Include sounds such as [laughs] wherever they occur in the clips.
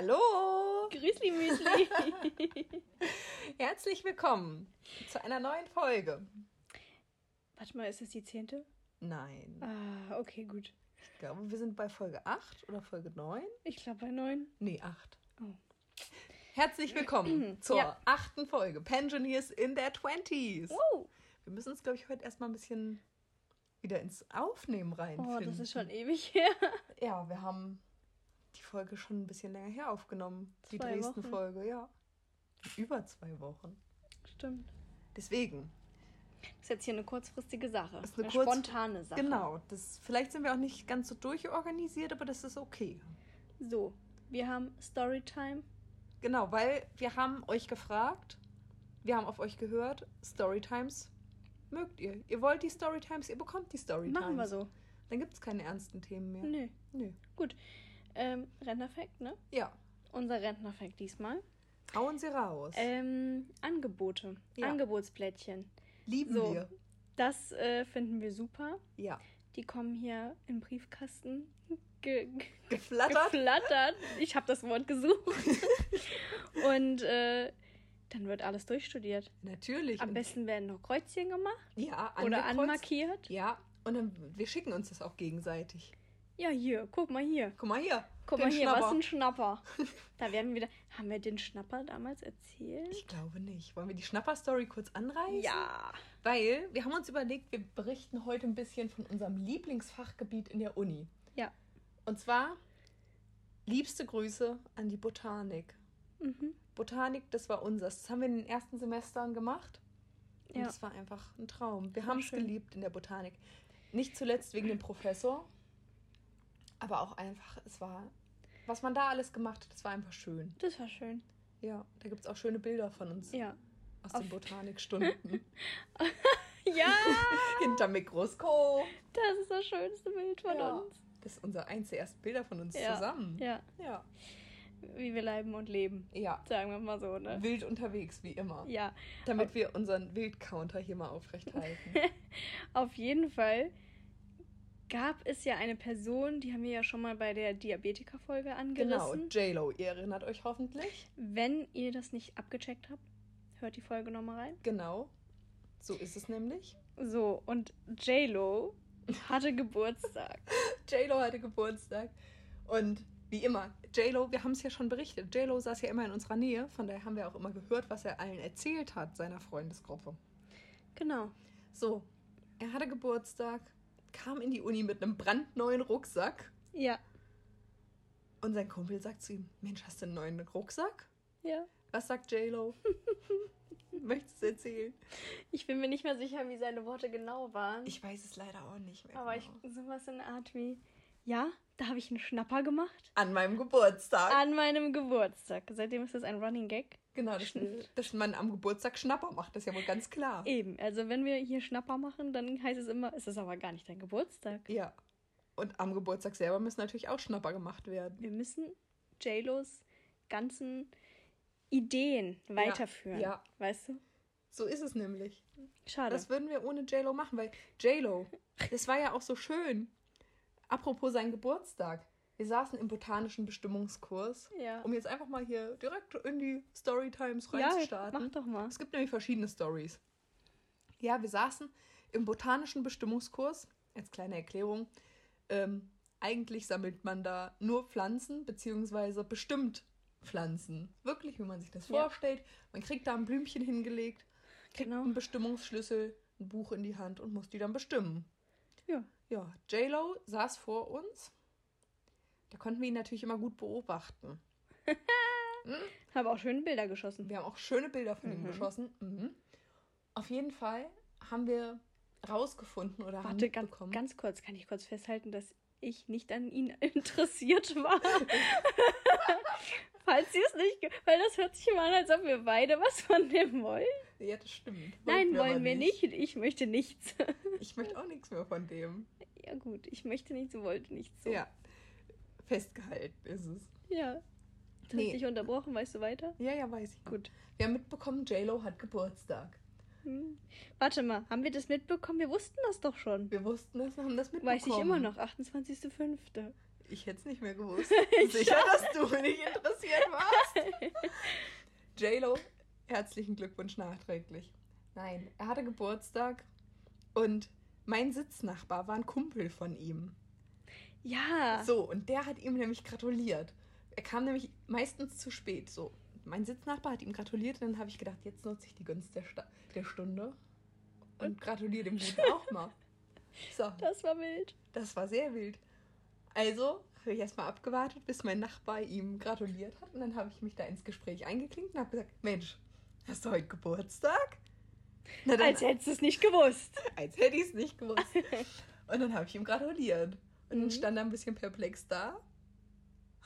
Hallo! Grüßli Müsli. [laughs] Herzlich willkommen zu einer neuen Folge. Warte mal, ist das die zehnte? Nein, Ah, okay, gut. ich glaube, wir sind bei Folge 8 oder Folge 9? Ich glaube bei neun. Nee, 8. Oh. Herzlich [clears throat] willkommen zur Ja. Oh. achten Folge Pensioneers in their 20s. Wow. Wir müssen uns, glaube ich, heute erstmal ein bisschen wieder ins Aufnehmen reinfinden. Oh, das ist schon e- ewig her. Ja, wir haben die Folge schon ein bisschen länger her aufgenommen. die Zwei Wochen. Dresden-Folge, ja. Über zwei Wochen. Stimmt. Deswegen, Ist jetzt hier eine kurzfristige Sache. Ist eine kurz- spontane Sache. Genau, das, vielleicht sind wir auch nicht ganz so durchorganisiert, aber das ist okay. So, wir haben Storytime. Genau, weil wir haben euch gefragt, wir haben auf euch gehört, Storytimes mögt ihr. Ihr wollt die Storytimes, ihr bekommt die Storytimes. Machen wir so. Dann gibt es keine ernsten Themen mehr. Nö. Nö. Gut. Ähm, Rentnerfact, ne? Ja, Unser Rentnerfact diesmal. hauen sie raus. Ähm, Angebote. Ja. Angebotsplättchen. Lieben So, wir. das äh, finden wir super. Ja. Die kommen hier im Briefkasten ge ge- Geflattert. geflattert. Ich habe das [laughs] Wort gesucht. Und äh, dann wird alles durchstudiert. Natürlich. Am Und- besten werden noch Kreuzchen gemacht ja, oder angekreuzt. anmarkiert. Ja, und dann, wir schicken uns das auch gegenseitig. Ja, hier, guck mal hier. Guck mal hier. Guck den mal hier, Schnapper. was [laughs] ein Schnapper. Da werden wir wieder. Haben wir den Schnapper damals erzählt? Ich glaube nicht. Wollen wir die Schnapper-Story kurz anreißen? Hm? Ja. Weil wir haben uns überlegt, wir berichten heute ein bisschen von unserem Lieblingsfachgebiet in der Uni. Ja. Und zwar liebste Grüße an die Botanik. Mhm. Botanik, das war unseres. Das haben wir in den ersten Semestern gemacht. Und Ja. es war einfach ein Traum. Wir haben es schön. geliebt in der Botanik. Nicht zuletzt wegen dem Professor, aber auch einfach, es war, was man da alles gemacht hat, das war einfach schön. Das war schön. Ja, da gibt es auch schöne Bilder von uns [laughs] Ja. aus Auf- den Botanikstunden. [laughs] Ja, Hinter Mikroskop. das ist das schönste Bild von uns. Das ist unser eins der ersten Bilder von uns Ja. zusammen. Ja. Ja. Wie wir leiben und leben. Ja. Sagen wir mal so, ne? Wild unterwegs, wie immer. Ja. Damit wir unseren Wild-Counter hier mal aufrecht [laughs] halten. Auf jeden Fall gab es ja eine Person, die haben wir ja schon mal bei der Diabetiker-Folge genau, angerissen. JLo, ihr erinnert euch hoffentlich. Wenn ihr das nicht abgecheckt habt, hört die Folge nochmal rein. Genau. So ist es nämlich. So, und JLo hatte Geburtstag. JLo hatte Geburtstag. Und wie immer, JLo, wir haben es ja schon berichtet. JLo saß ja immer in unserer Nähe. Von daher haben wir auch immer gehört, was er allen erzählt hat, seiner Freundesgruppe. [laughs] Genau. So, er hatte Geburtstag, kam in die Uni mit einem brandneuen Rucksack. Ja, Und sein Kumpel sagt zu ihm: Mensch, hast du einen neuen Rucksack? ja. Was sagt JLo? [laughs] Möchtest du erzählen? Ich bin mir nicht mehr sicher, wie seine Worte genau waren. Ich weiß es leider auch nicht mehr. aber ich, genau. sowas in der Art wie, ja, da habe ich einen Schnapper gemacht. An meinem Geburtstag. An meinem Geburtstag. Seitdem ist das ein Running Gag. genau, dass, dass man am Geburtstag Schnapper macht, das ist ja wohl ganz klar. Eben, also wenn wir hier Schnapper machen, dann heißt es immer, es ist aber gar nicht dein Geburtstag. Ja. Und am Geburtstag selber müssen natürlich auch Schnapper gemacht werden. Wir müssen JLos ganzen Ideen weiterführen. ja. Weißt du? So ist es nämlich. Schade. Das würden wir ohne JLo machen, weil [laughs] JLo, das war ja auch so schön. Apropos sein Geburtstag. Wir saßen im botanischen Bestimmungskurs, Ja. um jetzt einfach mal hier direkt in die Storytimes ja, reinzustarten. mach doch mal. Es gibt nämlich verschiedene Stories. Ja, wir saßen im botanischen Bestimmungskurs. Als kleine Erklärung. Ähm, eigentlich sammelt man da nur Pflanzen, beziehungsweise bestimmt Pflanzen. Wirklich, wie man sich das Ja. vorstellt. Man kriegt da ein Blümchen hingelegt, kriegt Genau. einen Bestimmungsschlüssel, ein Buch in die Hand und muss die dann bestimmen. Ja. Ja, JLo saß vor uns. Da konnten wir ihn natürlich immer gut beobachten. Habe auch schöne Bilder geschossen. Wir haben auch schöne Bilder von ihm geschossen. Mhm. Auf jeden Fall haben wir rausgefunden oder haben Warte, ganz, mitbekommen. ganz kurz, kann ich kurz festhalten, dass ich nicht an ihn [laughs] [laughs] interessiert war. Falls ihr es nicht, ge- weil das hört sich immer an, als ob wir beide was von dem wollen. ja, das stimmt. Nein, aber wollen wir nicht. Ich möchte nichts. [laughs] Ich möchte auch nichts mehr von dem. ja gut, ich möchte nichts, wollte nichts. So. Ja. Festgehalten ist es. Ja. Du Nee. hast dich unterbrochen, weißt du weiter? Ja, ja, weiß ich. Gut. Wir haben mitbekommen, JLo hat Geburtstag. Hm. Warte mal, haben wir das mitbekommen? Wir wussten das doch schon. Wir wussten das, haben das mitbekommen. Weiß ich immer noch, 28.05. Ich hätte es nicht mehr gewusst. Sicher, dass du nicht interessiert JLo, herzlichen Glückwunsch nachträglich. Nein, er hatte Geburtstag und mein Sitznachbar war ein Kumpel von ihm. Ja. So, und der hat ihm nämlich gratuliert. Er kam nämlich meistens zu spät. So, mein Sitznachbar hat ihm gratuliert und dann habe ich gedacht, jetzt nutze ich die Gunst der, Sta der Stunde und gratuliere dem Guten auch mal. So, Das war wild. das war sehr wild. Also habe ich erstmal abgewartet, bis mein Nachbar ihm gratuliert hat und dann habe ich mich da ins Gespräch eingeklinkt und habe gesagt, Mensch, hast du heute Geburtstag? Na dann, Als hättest du es nicht gewusst. [laughs] als hätte ich es nicht [laughs] gewusst. Und dann habe ich ihm gratuliert. Und Mhm. dann stand er ein bisschen perplex da,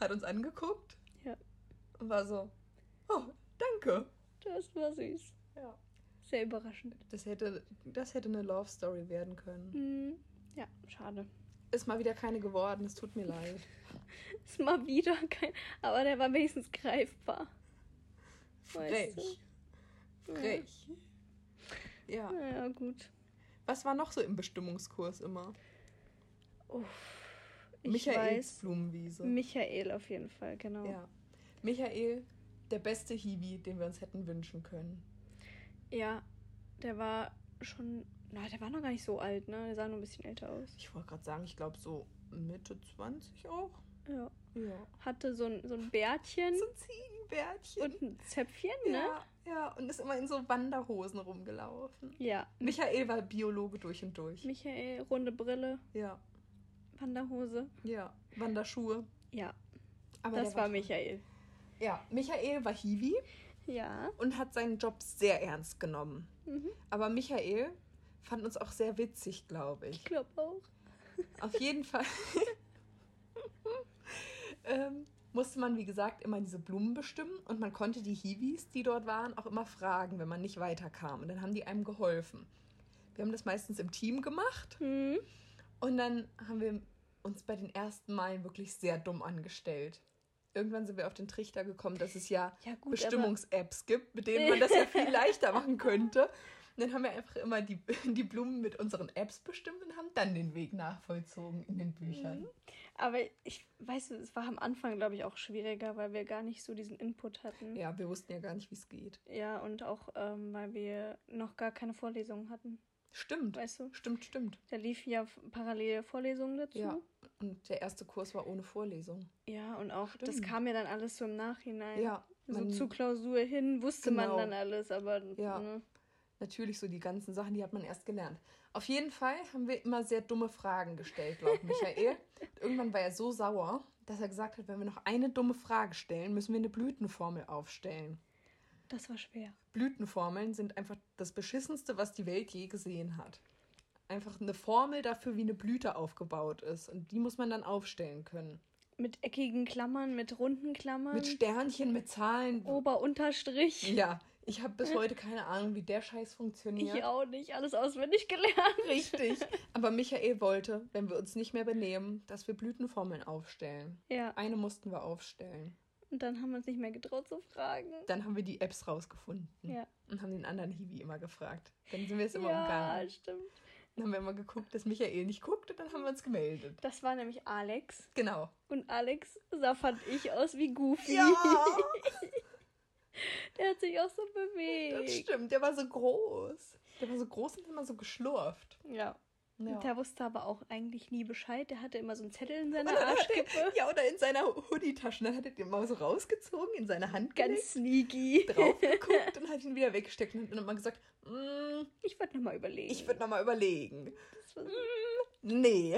hat uns angeguckt Ja. und war so, oh, danke. Das war süß. Ja. Sehr überraschend. Das hätte, das hätte eine Love Story werden können. Mhm. Ja, schade. Ist mal wieder keine geworden, es tut mir leid. Ist mal wieder kein. Aber der war wenigstens greifbar. Frech. Weißt du? Frech. Ja. Ja, ja gut. Was war noch so im Bestimmungskurs immer? Uff. Ich Michaels weiß. Blumenwiese. Michael auf jeden Fall, genau. ja. Michael, der beste Hiwi, den wir uns hätten wünschen können. Ja, der war schon. Na, der war noch gar nicht so alt, ne? Der sah nur ein bisschen älter aus. Ich wollte gerade sagen, ich glaube so Mitte 20 auch. Ja. Ja. Hatte so ein, so ein Bärtchen So ein Ziegenbärtchen. und ein Zäpfchen, ne? ja, ja, und ist immer in so Wanderhosen rumgelaufen. Ja. Michael war Biologe durch und durch. Michael, runde Brille, Ja, Wanderhose. ja. Wanderschuhe. Ja, Aber das der war toll. Michael. Ja, Michael war Hiwi Ja. und hat seinen Job sehr ernst genommen. Mhm. Aber Michael fand uns auch sehr witzig, glaube ich. [laughs] Ich glaube auch. Auf jeden Fall [laughs] ähm, musste man, wie gesagt, immer diese Blumen bestimmen und man konnte die Hiwis, die dort waren, auch immer fragen, wenn man nicht weiterkam. Und dann haben die einem geholfen. Wir haben das meistens im Team gemacht Mhm. und dann haben wir uns bei den ersten Malen wirklich sehr dumm angestellt. Irgendwann sind wir auf den Trichter gekommen, dass es ja Ja, gut. Bestimmungs-Apps gibt, mit denen man das ja [laughs] viel leichter machen könnte. Und dann haben wir einfach immer die, [laughs] die Blumen mit unseren Apps bestimmt und haben dann den Weg nachvollzogen in den Büchern. Aber, aber ich weiß, es war am Anfang, glaube ich, auch schwieriger, weil wir gar nicht so diesen Input hatten. Ja, wir wussten ja gar nicht, wie es geht. Ja, und auch, ähm, weil wir noch gar keine Vorlesungen hatten. Stimmt, Weißt du? stimmt, stimmt. Da liefen ja f- parallele Vorlesungen dazu. Ja. Und der erste Kurs war ohne Vorlesung. Ja, und auch, das Stimmt. kam ja dann alles so im Nachhinein. Ja, So man- zur Klausur hin wusste Genau. man dann alles, aber Ja. ne? natürlich so die ganzen Sachen, die hat man erst gelernt. Auf jeden Fall haben wir immer sehr dumme Fragen gestellt, [laughs] laut Michael. Und Irgendwann war er so sauer, dass er gesagt hat, wenn wir noch eine dumme Frage stellen, müssen wir eine Blütenformel aufstellen. das war schwer. Blütenformeln sind einfach das beschissenste, was die Welt je gesehen hat. Einfach eine Formel dafür, wie eine Blüte aufgebaut ist. Und die muss man dann aufstellen können. Mit eckigen Klammern, mit runden Klammern, Mit Sternchen, mit Zahlen. Oh. Ober-Unterstrich. Ja, ich habe bis heute keine Ahnung, wie der Scheiß funktioniert. Ich auch nicht, alles auswendig gelernt. [laughs] Richtig. Aber Michael wollte, wenn wir uns nicht mehr benehmen, dass wir Blütenformeln aufstellen. Ja, Eine mussten wir aufstellen. und dann haben wir uns nicht mehr getraut zu fragen. Dann haben wir die Apps rausgefunden Ja, und haben den anderen Hiwi immer gefragt. Dann sind wir es immer ja umgangen. stimmt. Dann haben wir immer geguckt, dass Michael nicht guckt und dann haben wir uns gemeldet. Das war nämlich Alex. Genau. Und Alex sah, fand ich, aus wie Goofy. Der hat sich auch so das bewegt. stimmt. Der war so groß. Der war so groß und immer so geschlurft. Ja. Ja. Der wusste aber auch eigentlich nie Bescheid. Der hatte immer so einen Zettel [laughs] in seiner Arschkippe. ja, oder in seiner Hoodie-Tasche. Dann hat er den mal so rausgezogen, in seine Hand gelegt, Ganz sneaky. drauf geguckt und hat ihn wieder weggesteckt und hat dann mal gesagt, "Mm, Ich würde nochmal überlegen. ich würde nochmal überlegen. Das war- Nee.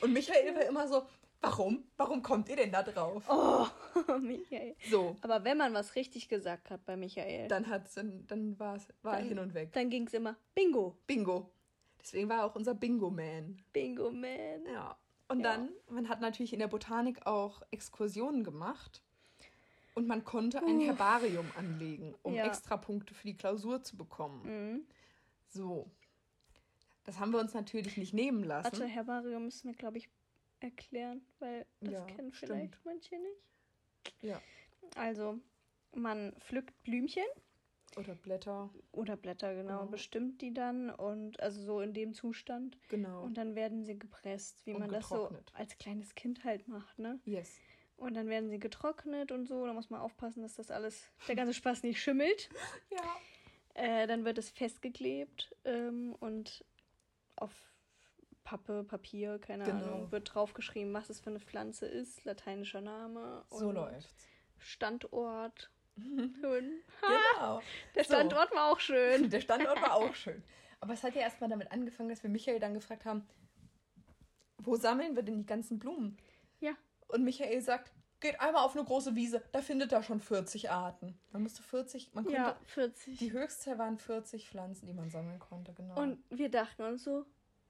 Und Michael war immer so, warum? Warum kommt ihr denn da drauf? Oh, [laughs] Michael. So, Aber wenn man was richtig gesagt hat bei Michael, dann hat's, dann, dann war's, war er Dann- hin und weg. dann ging es immer Bingo. Bingo. Deswegen war er auch unser Bingo-Man. Bingo, man. Ja. Und Ja. dann, man hat natürlich in der Botanik auch Exkursionen gemacht. Und man konnte ein Puh. Herbarium anlegen, um Ja. extra Punkte für die Klausur zu bekommen. Mhm. So. Das haben wir uns natürlich nicht nehmen lassen. Warte, Herbarium Also müssen wir, glaube ich, erklären, weil das Ja, kennen stimmt. vielleicht manche nicht. Ja. Also, man pflückt Blümchen Oder Blätter. oder Blätter, genau, Genau. bestimmt die dann und also so in dem Zustand. Genau. Und dann werden sie gepresst, wie Und man das so getrocknet. als kleines Kind halt macht, ne? yes. Und dann werden sie getrocknet und so. Da muss man aufpassen, dass das alles, der ganze Spaß nicht schimmelt. Ja. Äh, dann wird es festgeklebt ähm, und auf Pappe, Papier, keine Genau. Ahnung, wird draufgeschrieben, was es für eine Pflanze ist, lateinischer Name So und läuft's. [laughs] Standort. Schön. Genau. Der So. Standort war [laughs] auch schön. Der Standort war auch schön. Aber es hat ja erstmal damit angefangen, dass wir Michael dann gefragt haben, wo sammeln wir denn die ganzen Blumen? Ja. Und Michael sagt, geht einmal auf eine große Wiese, da findet er schon 40 Arten. Man musste 40, man konnte, Ja, 40. die Höchstzahl waren 40 Pflanzen, die man sammeln konnte, genau. Und wir dachten uns so, Gute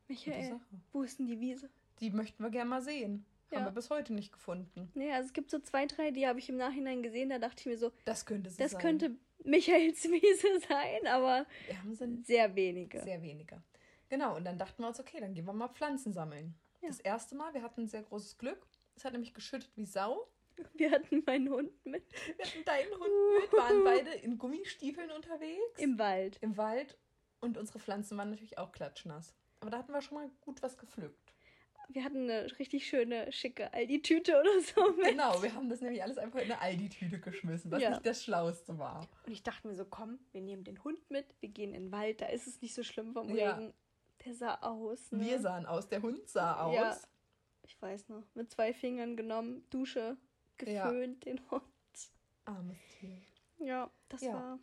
Michael, Sache. wo ist denn die Wiese? Die möchten wir gerne mal sehen. Haben Ja. wir bis heute nicht gefunden. Nee, also es gibt so zwei, drei, die habe ich im Nachhinein gesehen, da dachte ich mir so, Das könnte sie das sein. könnte Michaels [laughs] Wiese sein, aber Wir haben sie sehr wenige. Sehr wenige. Genau, und dann dachten wir uns, okay, dann gehen wir mal Pflanzen sammeln. Ja. Das erste Mal, wir hatten sehr großes Glück. Es hat nämlich geschüttet wie Sau. Wir hatten meinen Hund mit Wir hatten deinen Hund mit, waren beide in Gummistiefeln unterwegs Uh-huh. im Wald. im Wald und unsere Pflanzen waren natürlich auch klatschnass. Aber da hatten wir schon mal gut was [laughs] gepflückt. Wir hatten eine richtig schöne, schicke Aldi-Tüte oder so mit. Genau, wir haben das nämlich alles einfach in eine Aldi-Tüte geschmissen, was Ja. nicht das Schlauste war. Und ich dachte mir so, komm, wir nehmen den Hund mit, wir gehen in den Wald, da ist es nicht so schlimm vom Ja. Regen. Der sah aus. Ne? Wir sahen aus, der Hund sah aus. Ja. Ich weiß noch, mit zwei Fingern genommen, Dusche, Ja. geföhnt den Hund. Armes Tier. Ja, das Ja. war.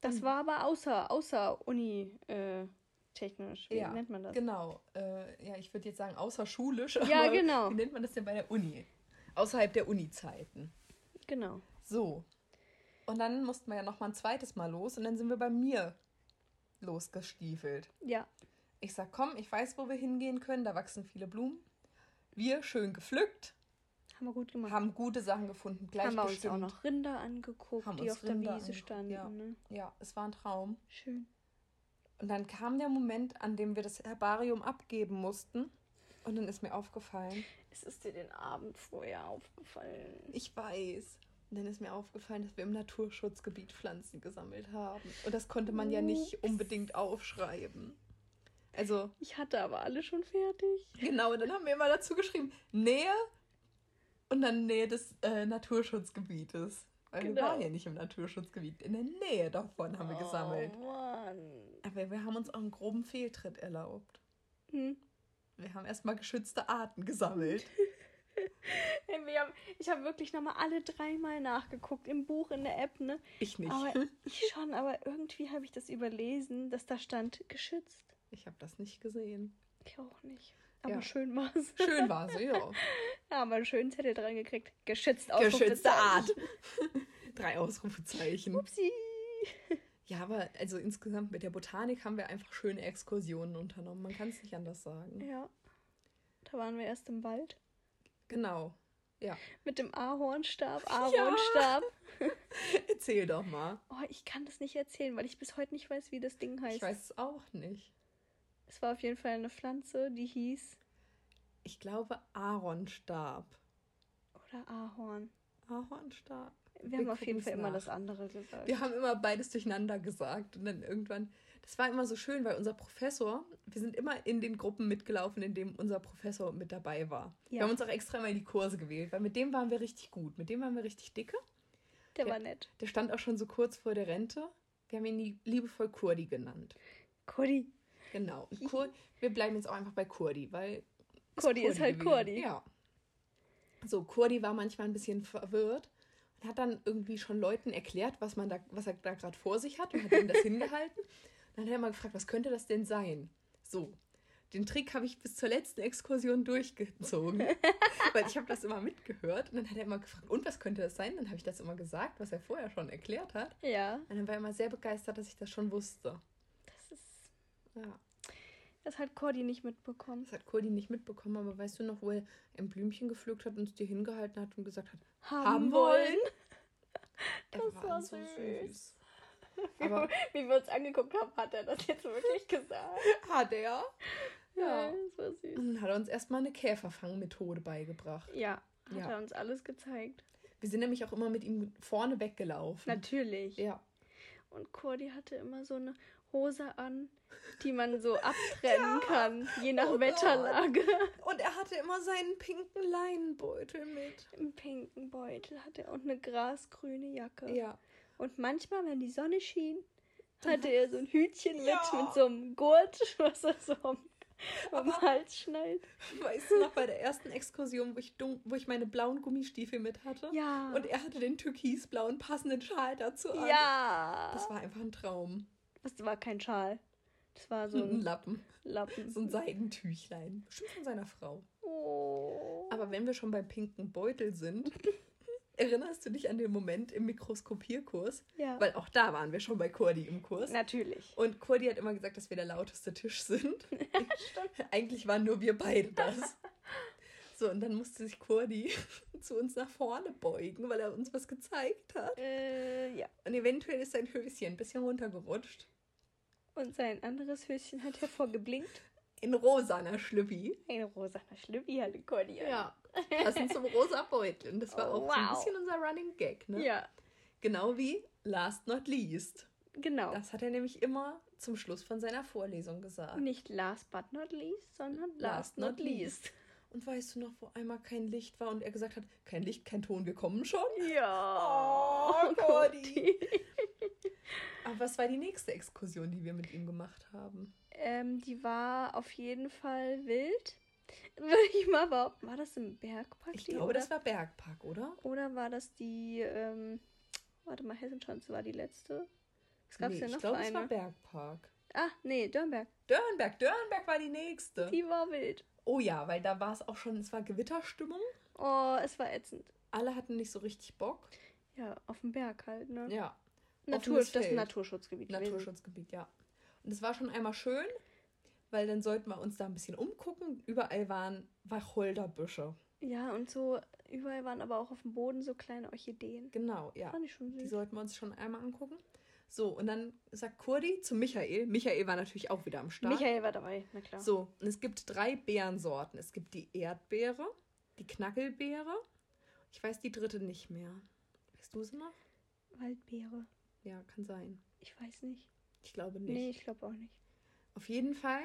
Das Mhm. war aber außer, außer Uni äh, technisch. Wie Ja, nennt man das? Genau. Äh, ja, ich würde jetzt sagen, außerschulisch. Ja, aber genau. Wie nennt man das denn bei der Uni? Außerhalb der Uni-Zeiten. Genau. So. Und dann mussten wir ja noch mal ein zweites Mal los und dann sind wir bei mir losgestiefelt. Ja. Ich sag, komm, ich weiß, wo wir hingehen können, da wachsen viele Blumen. Wir schön gepflückt, Haben wir gut gemacht. haben gute Sachen gefunden, gleich haben wir uns bestimmt. auch noch Rinder angeguckt, Haben die uns auf Rinder der Wiese angeguckt, standen. ja. Ne? Ja, es war ein Traum. Schön. Und dann kam der Moment, an dem wir das Herbarium abgeben mussten und dann ist mir aufgefallen, Es ist dir den Abend vorher aufgefallen. Ich weiß. Und dann ist mir aufgefallen, dass wir im Naturschutzgebiet Pflanzen gesammelt haben. Und das konnte man ja nicht Ups. unbedingt aufschreiben. Also, Ich hatte aber alle schon fertig. genau, dann haben wir immer dazu geschrieben, Nähe und dann Nähe des äh, Naturschutzgebietes. Weil wir Genau. waren ja nicht im Naturschutzgebiet. In der Nähe davon haben wir gesammelt. Oh Mann. Aber wir haben uns auch einen groben Fehltritt erlaubt. Hm. Wir haben erstmal geschützte Arten gesammelt. Ey, wir haben, ich habe wirklich nochmal alle dreimal nachgeguckt. Im Buch, in der App, ne? Ich nicht. Aber [laughs] ich schon, aber irgendwie habe ich das überlesen, dass da stand geschützt. Ich habe das nicht gesehen. Ich auch nicht. Aber Ja. schön war's. Schön war sie, ja. Da haben wir einen schönen Zettel dran gekriegt. Geschützt geschützte Art. Ausrufezeichen. [laughs] Drei Ausrufezeichen. Upsi. Ja, aber also insgesamt mit der Botanik haben wir einfach schöne Exkursionen unternommen. Man kann es nicht anders sagen. Ja. Da waren wir erst im Wald. Genau. [laughs] Mit dem Ahornstab. Ahornstab. Erzähl doch mal. Oh, ich kann das nicht erzählen, weil ich bis heute nicht weiß, wie das Ding heißt. Ich weiß es auch nicht. Es war auf jeden Fall eine Pflanze, die hieß. Ich glaube Aaronstab. Oder Ahorn. Aaronstab. Wir, Wir haben auf gucken jeden es Fall immer nach. das andere gesagt. Wir haben immer beides durcheinander gesagt und dann irgendwann. Das war immer so schön, weil unser Professor, wir sind immer in den Gruppen mitgelaufen, in denen unser Professor mit dabei war. Wir Ja. haben uns auch extra immer in die Kurse gewählt, weil mit dem waren wir richtig gut. Mit dem waren wir richtig dicke. Der Ja. war nett. Der stand auch schon so kurz vor der Rente. Wir haben ihn die- liebevoll Kurdi genannt. Cody. Genau. Und Kur wir bleiben jetzt auch einfach bei Kurdi, weil. es Kurdi ist halt gewesen. Kurdi. Ja. So, Kurdi war manchmal ein bisschen verwirrt und hat dann irgendwie schon Leuten erklärt, was, man da, was er da gerade vor sich hat und hat ihm das [laughs] hingehalten. Dann hat er mal gefragt, was könnte das denn sein? So. Den Trick habe ich bis zur letzten Exkursion durchgezogen, [laughs] weil ich habe das immer mitgehört. Und dann hat er immer gefragt, und was könnte das sein? Dann habe ich das immer gesagt, was er vorher schon erklärt hat. Ja. Und dann war er immer sehr begeistert, dass ich das schon wusste. Das ist. Ja. Das hat Cody nicht mitbekommen. Das hat Kurdi nicht mitbekommen, aber weißt du noch, wo er ein Blümchen gepflückt hat und es dir hingehalten hat und gesagt hat, Haben, haben wollen? Er Das war so süß. Aber [laughs] Wie wir uns angeguckt haben, hat er das jetzt wirklich gesagt. hat er. Ja. [laughs] Ja, das war süß. Und dann hat er uns erstmal eine Käferfangmethode beigebracht. Ja, hat Ja. er uns alles gezeigt. Wir sind nämlich auch immer mit ihm vorne weggelaufen. Natürlich. Ja. Und Cordy hatte immer so eine Hose an, die man so [laughs] abtrennen kann, je nach Wetterlage. Und er hatte immer seinen pinken Leinenbeutel mit. Einen pinken Beutel hatte er und eine grasgrüne Jacke. Ja. Und manchmal, wenn die Sonne schien, hatte er so ein Hütchen Ja. mit, mit so einem Gurt, [laughs] was er so am, Aber- am Hals schnallt. Weißt du noch, bei der ersten Exkursion, wo ich, dun- wo ich meine blauen Gummistiefel mit hatte? Ja. Und er hatte den türkisblauen passenden Schal dazu an. ja. Das war einfach ein Traum. Das war kein Schal. Das war so ein ein Lappen. Lappen. So ein Seidentüchlein. Bestimmt von seiner Frau. oh. Aber wenn wir schon beim pinken Beutel sind, erinnerst du dich an den Moment im Mikroskopierkurs? ja. Weil auch da waren wir schon bei Cordi im Kurs. Natürlich. Und Cordi hat immer gesagt, dass wir der lauteste Tisch sind. Eigentlich waren nur wir beide das. So, und dann musste sich Cordi [laughs] zu uns nach vorne beugen, weil er uns was gezeigt hat. Äh, ja. Und eventuell ist sein Höschen ein bisschen runtergerutscht. Und sein anderes Höschen hat hervorgeblinkt. In rosaner Schlüppi. Ein rosaner Schlüppi hatte Conny. an. Passend zum rosa Beutel. Und das war Oh, auch so ein wow. bisschen unser Running Gag, ne? Ja, Genau wie Last Not Least. genau. Das hat er nämlich immer zum Schluss von seiner Vorlesung gesagt. Nicht last but not least, sondern last, not, least. Und weißt du noch, wo einmal kein Licht war und er gesagt hat, kein Licht, kein Ton, wir kommen schon? Ja. [laughs] Oh, Conny. Aber was war die nächste Exkursion, die wir mit ihm gemacht haben? Ähm, die war auf jeden Fall wild. [laughs] Würde ich mal behaupten. War das im Bergpark? Ich die, glaube, oder, das war Bergpark, oder? Oder war das die, ähm, warte mal, Hessenschanze war die letzte? Was gab's Nee, denn noch ich glaube, für es war eine? Bergpark. Ah, nee, Dörnberg. Dörnberg, Dörnberg war die nächste. Die war wild. Oh ja, weil da war es auch schon, es war Gewitterstimmung. Oh, es war ätzend. Alle hatten nicht so richtig Bock. Ja, auf dem Berg halt, ne? Ja, Natur, offenes das ist ein Feld. Naturschutzgebiet. gewesen. Naturschutzgebiet, ja. Und es war schon einmal schön, weil dann sollten wir uns da ein bisschen umgucken. Überall waren Wacholderbüsche. Ja, und so überall waren aber auch auf dem Boden so kleine Orchideen. Genau, ja. Fand ich schon Die süß. sollten wir uns schon einmal angucken. So, und dann sagt Kurdi zu Michael. Michael war natürlich auch wieder am Start. Michael war dabei, na klar. So, und es gibt drei Beerensorten. Es gibt die Erdbeere, die Knackelbeere. Ich weiß die dritte nicht mehr. Weißt du sie noch? Waldbeere. Ja, kann sein. Ich weiß nicht. Ich glaube nicht. Nee, ich glaube auch nicht. Auf jeden Fall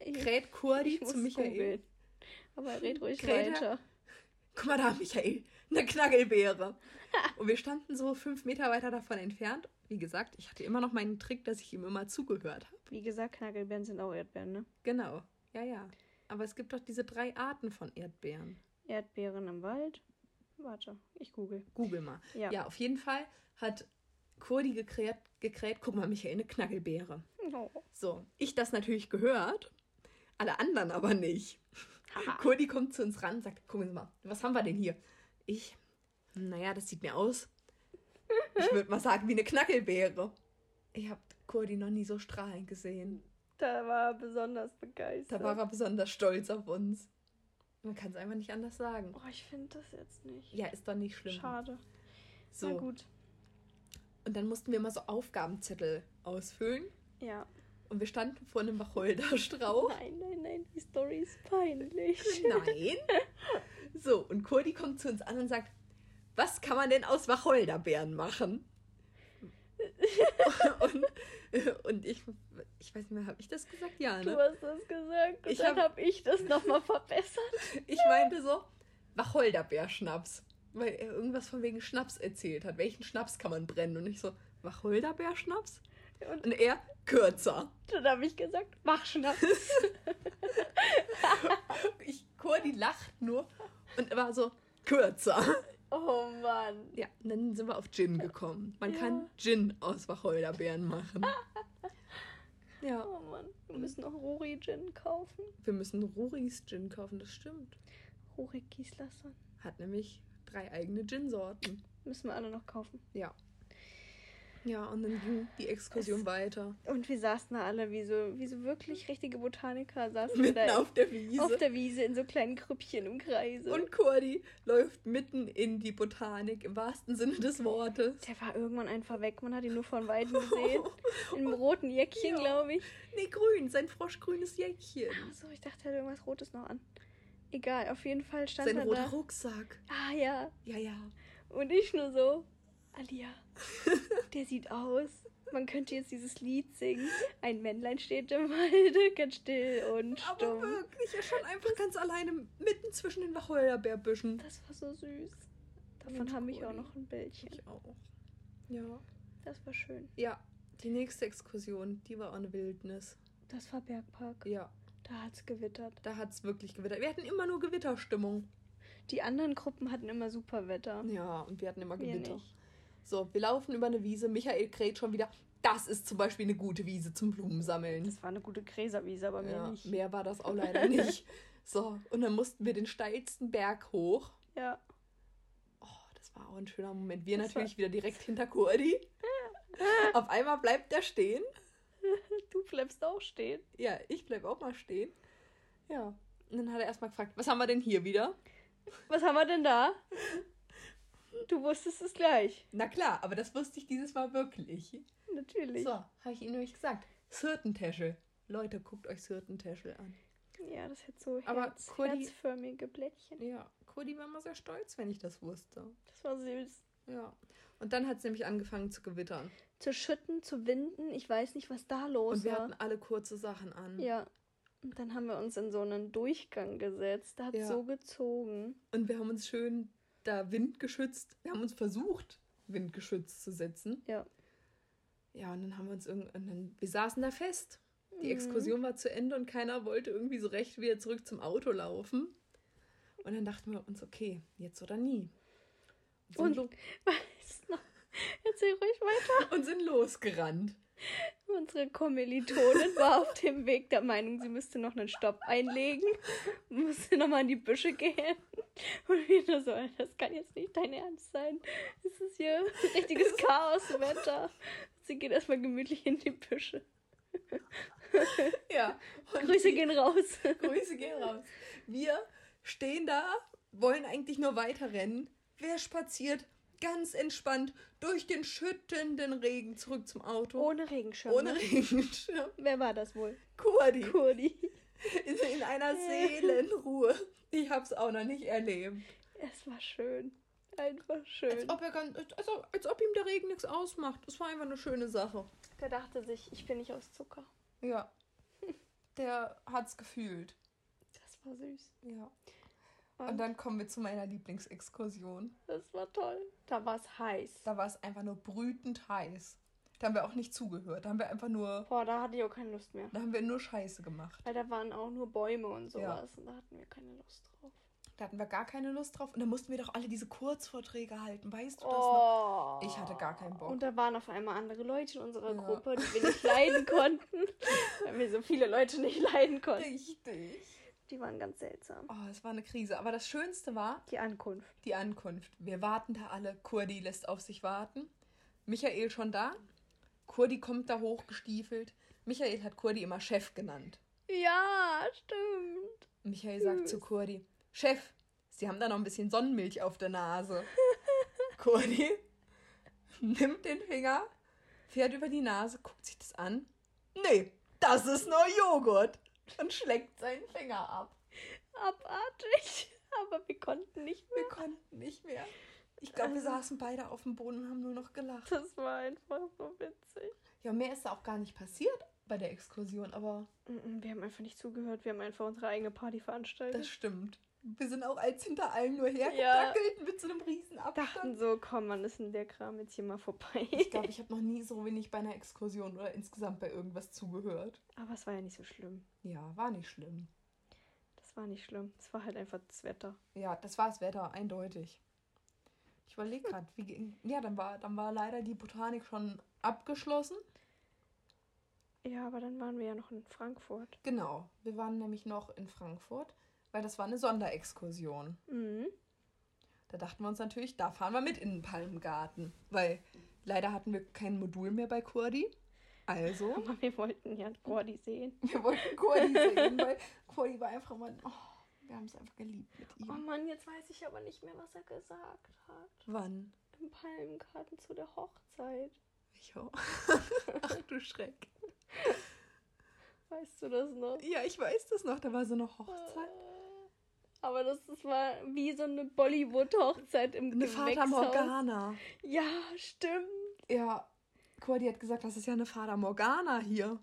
Ich, kräht Kurdi zu Michael. googeln. Aber red ruhig Greta? weiter. guck mal da, Michael, eine Knackelbeere. Und wir standen so fünf Meter weiter davon entfernt. Wie gesagt, ich hatte immer noch meinen Trick, dass ich ihm immer zugehört habe. Wie gesagt, Knackelbeeren sind auch Erdbeeren, ne? Genau, ja, ja. Aber es gibt doch diese drei Arten von Erdbeeren. Erdbeeren im Wald. Warte, ich google. Google mal. Ja. Ja, auf jeden Fall hat Kurdi gekräht, gekräht, guck mal, Michael, eine Knackelbeere. Oh. So, ich das natürlich gehört, alle anderen aber nicht. Haha. Kurdi kommt zu uns ran und sagt, gucken Sie mal, was haben wir denn hier? Ich, naja, das sieht mir aus. Ich würde mal sagen, wie eine Knackelbeere. Ich habe Kurdi noch nie so strahlend gesehen. Da war er besonders begeistert. Da war er besonders stolz auf uns. Man kann es einfach nicht anders sagen. oh, ich finde das jetzt nicht. Ja, ist doch nicht schlimm. Schade. Na So. gut. Und dann mussten wir mal so Aufgabenzettel ausfüllen. Ja. Und wir standen vor einem Wacholderstrauch. Nein, nein, nein, die Story ist [laughs] peinlich. Nein. So, und Kurdi kommt zu uns an und sagt, was kann man denn aus Wacholderbeeren machen? [laughs] und, und ich, ich weiß nicht mehr, habe ich das gesagt? Ja, Du ne? hast das gesagt und Ich hab- dann habe hab ich das nochmal verbessert. Ich meinte so, Wacholderbeerschnaps. Weil er irgendwas von wegen Schnaps erzählt hat. Welchen Schnaps kann man brennen? Und ich so, Wacholderbeerschnaps? Und Und er, kürzer. dann habe ich gesagt, [laughs] mach Schnaps. Ich, Kurdi lacht nur und war so, kürzer. Oh Mann. Ja, und dann sind wir auf Gin gekommen. Man Ja. kann Gin aus Wacholderbeeren [laughs] machen. ja, Oh Mann. Wir müssen noch Rory Gin kaufen. wir müssen Ruris Gin kaufen, das stimmt. Rory Kieslasser. Hat nämlich drei eigene Gin-Sorten. Müssen wir alle noch kaufen. Ja. Ja, und dann ging die Exkursion Es- weiter. Und wir saßen da alle wie so, wie so wirklich richtige Botaniker saßen wir Mhm. Mitten da auf der Wiese. auf der Wiese in so kleinen Krüppchen im Kreise. und Kurdi läuft mitten in die Botanik, im wahrsten Sinne des Wortes. der war irgendwann einfach weg. Man hat ihn nur von Weitem gesehen. In einem roten Jäckchen, Ja. glaube ich. [laughs] Nee, grün, sein froschgrünes Jäckchen. Ach so, ich dachte, er hat irgendwas Rotes noch an. Egal, auf jeden Fall stand Sein er roter da. Rucksack. Ah ja. Ja, ja. Und ich nur so. Alia, [laughs] der sieht aus. Man könnte jetzt dieses Lied singen. Ein Männlein steht im Walde, ganz still und Aber stumm. wirklich, er stand einfach ganz alleine mitten zwischen den Wacholderbeerbüschen. Das war so süß. Mensch, Davon habe ich auch Cori. noch ein Bildchen. Ich auch. Ja. Das war schön. Ja, die nächste Exkursion, die war eine Wildnis. Das war Bergpark. Ja, Da hat's gewittert. da hat es wirklich gewittert. Wir hatten immer nur Gewitterstimmung. Die anderen Gruppen hatten immer super Wetter. Ja, und wir hatten immer Wir Gewitter. nicht. So, wir laufen über eine Wiese. Michael kräht schon wieder. Das ist zum Beispiel eine gute Wiese zum Blumensammeln. Das war eine gute Gräserwiese, aber mir Ja, nicht. mehr war das auch leider [laughs] nicht. So, und dann mussten wir den steilsten Berg hoch. Ja. Oh, das war auch ein schöner Moment. Wir Das natürlich wieder direkt hinter [laughs] Kurdi. Auf einmal bleibt er stehen. Du bleibst auch stehen. Ja, ich bleib auch mal stehen. Ja. Und dann hat er erstmal gefragt, was haben wir denn hier wieder? Was haben wir denn [laughs] da? Du wusstest es gleich. Na klar, aber das wusste ich dieses Mal wirklich. Natürlich. So, habe ich Ihnen nämlich gesagt. Sirtentäschel. Leute, guckt euch Sirtentäschel an. Ja, das hat so Aber herz, Cody- herzförmige Blättchen. Ja, Cody war mal sehr stolz, wenn ich das wusste. Das war süß. Ja. Und dann hat es nämlich angefangen zu gewittern. Zu schütten, zu winden. Ich weiß nicht, was da los und wir war. hatten alle kurze Sachen an. Ja. Und dann haben wir uns in so einen Durchgang gesetzt. Da hat Ja. so gezogen. Und wir haben uns schön da windgeschützt. Wir haben uns versucht, windgeschützt zu setzen. Ja. Ja, und dann haben wir uns irgendwann. Wir saßen da fest. Die Mhm. Exkursion war zu Ende und keiner wollte irgendwie so recht wieder zurück zum Auto laufen. Und dann dachten wir uns, okay, jetzt oder nie. sind Und lo- weißt noch, erzähl ruhig weiter. [laughs] und sind losgerannt. Unsere Kommilitonin war auf dem Weg der Meinung, sie müsste noch einen Stopp einlegen, musste nochmal in die Büsche gehen. Und wir nur so, das kann jetzt nicht dein Ernst sein. Es ist hier [laughs] richtiges Chaoswetter. Sie geht erstmal gemütlich in die Büsche. Ja. Und Grüße die- gehen raus. Grüße [laughs] gehen raus. Wir stehen da, wollen eigentlich nur weiterrennen. Wer spaziert ganz entspannt durch den schüttenden Regen zurück zum Auto? Ohne Regenschirm. Ohne ne? Regenschirm. Wer war das wohl? Kurdi. [laughs] Kurdi. In, in [laughs] einer Seelenruhe. Ich hab's auch noch nicht erlebt. Es war schön. Einfach Als schön. ob, er ganz, als, ob, als ob ihm der Regen nichts ausmacht. Es war einfach eine schöne Sache. Der dachte sich, ich bin nicht aus Zucker. Ja. Der hat's gefühlt. Das war süß. Ja. Und dann kommen wir zu meiner Lieblingsexkursion. das war toll. Da war es heiß. Da war es einfach nur brütend heiß. Da haben wir auch nicht zugehört. Da haben wir einfach nur, Boah, da hatte ich auch keine Lust mehr. da haben wir nur Scheiße gemacht. Weil da waren auch nur Bäume und sowas und da hatten wir keine Lust drauf. Da hatten wir gar keine Lust drauf. Und dann mussten wir doch alle diese Kurzvorträge halten. Weißt du das noch? Oh. Ich hatte gar keinen Bock. Und da waren auf einmal andere Leute in unserer Ja. Gruppe, die wir nicht [laughs] leiden konnten, weil wir so viele Leute nicht leiden konnten. Richtig. Die waren ganz seltsam. Oh, es war eine Krise. Aber das Schönste war Die Ankunft. die Ankunft. Wir warten da alle. Kurdi lässt auf sich warten. Michael schon da. Kurdi kommt da hochgestiefelt. Michael hat Kurdi immer Chef genannt. Ja, stimmt. Michael sagt zu Kurdi, Chef, Sie haben da noch ein bisschen Sonnenmilch auf der Nase. Kurdi nimmt den Finger, fährt über die Nase, guckt sich das an. Nee, das ist nur Joghurt. Und schlägt seinen Finger ab. Abartig. [laughs] Aber wir konnten nicht mehr. Wir konnten nicht mehr. Ich glaube, wir saßen beide auf dem Boden und haben nur noch gelacht. Das war einfach so witzig. Ja, mehr ist da auch gar nicht passiert bei der Exkursion, aber Wir haben einfach nicht zugehört. Wir haben einfach unsere eigene Party veranstaltet. das stimmt. Wir sind auch als hinter allem nur hergedackelt mit so einem riesen Abstand. dachten so, komm, man ist in der Kram jetzt hier mal vorbei. Ich [laughs] glaube, ich habe noch nie so wenig bei einer Exkursion oder insgesamt bei irgendwas zugehört. [laughs] Aber es war ja nicht so schlimm. Ja, war nicht schlimm. Das war nicht schlimm. Es war halt einfach das Wetter. Ja, das war das Wetter, eindeutig. Ich überlege gerade, wie ging. Ja, dann war, dann war leider die Botanik schon abgeschlossen. Ja, aber dann waren wir ja noch in Frankfurt. Genau, wir waren nämlich noch in Frankfurt, weil das war eine Sonderexkursion. Mhm. Da dachten wir uns natürlich, da fahren wir mit in den Palmgarten, weil leider hatten wir kein Modul mehr bei Kurdi. [laughs] Also. Aber [laughs] wir wollten ja Gordy sehen. Wir wollten Cody sehen, weil Cody war einfach mal. Oh, wir haben es einfach geliebt mit Oh ihm. Mann, jetzt weiß ich aber nicht mehr, was er gesagt hat. Wann? Im Palmgarten zu der Hochzeit. Ich auch. Ach du Schreck. [laughs] Weißt du das noch? Äh, Ja, ich weiß das noch. Da war so eine Hochzeit. Aber das, das war wie so eine Bollywood-Hochzeit im Eine Fata Gewächshaus. Morgana. Ja, stimmt. Ja, Cordy hat gesagt, das ist ja eine Fata Morgana hier.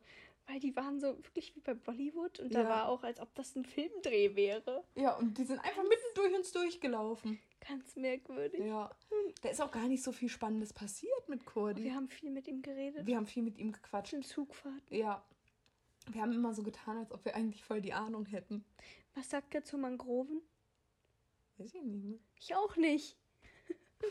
Weil die waren so wirklich wie bei Bollywood und da Ja. war auch, als ob das ein Filmdreh wäre. Ja, und die sind einfach mitten durch uns durchgelaufen. Ganz merkwürdig. Ja. Da ist auch gar nicht so viel Spannendes passiert mit Wir Cordy. haben viel mit ihm geredet. Wir haben viel mit ihm gequatscht. Zwischen Zugfahrten. Ja. Wir haben immer so getan, als ob wir eigentlich voll die Ahnung hätten. Was sagt er zu Mangroven? Weiß ich nicht ne? mehr. Ich auch nicht. [laughs]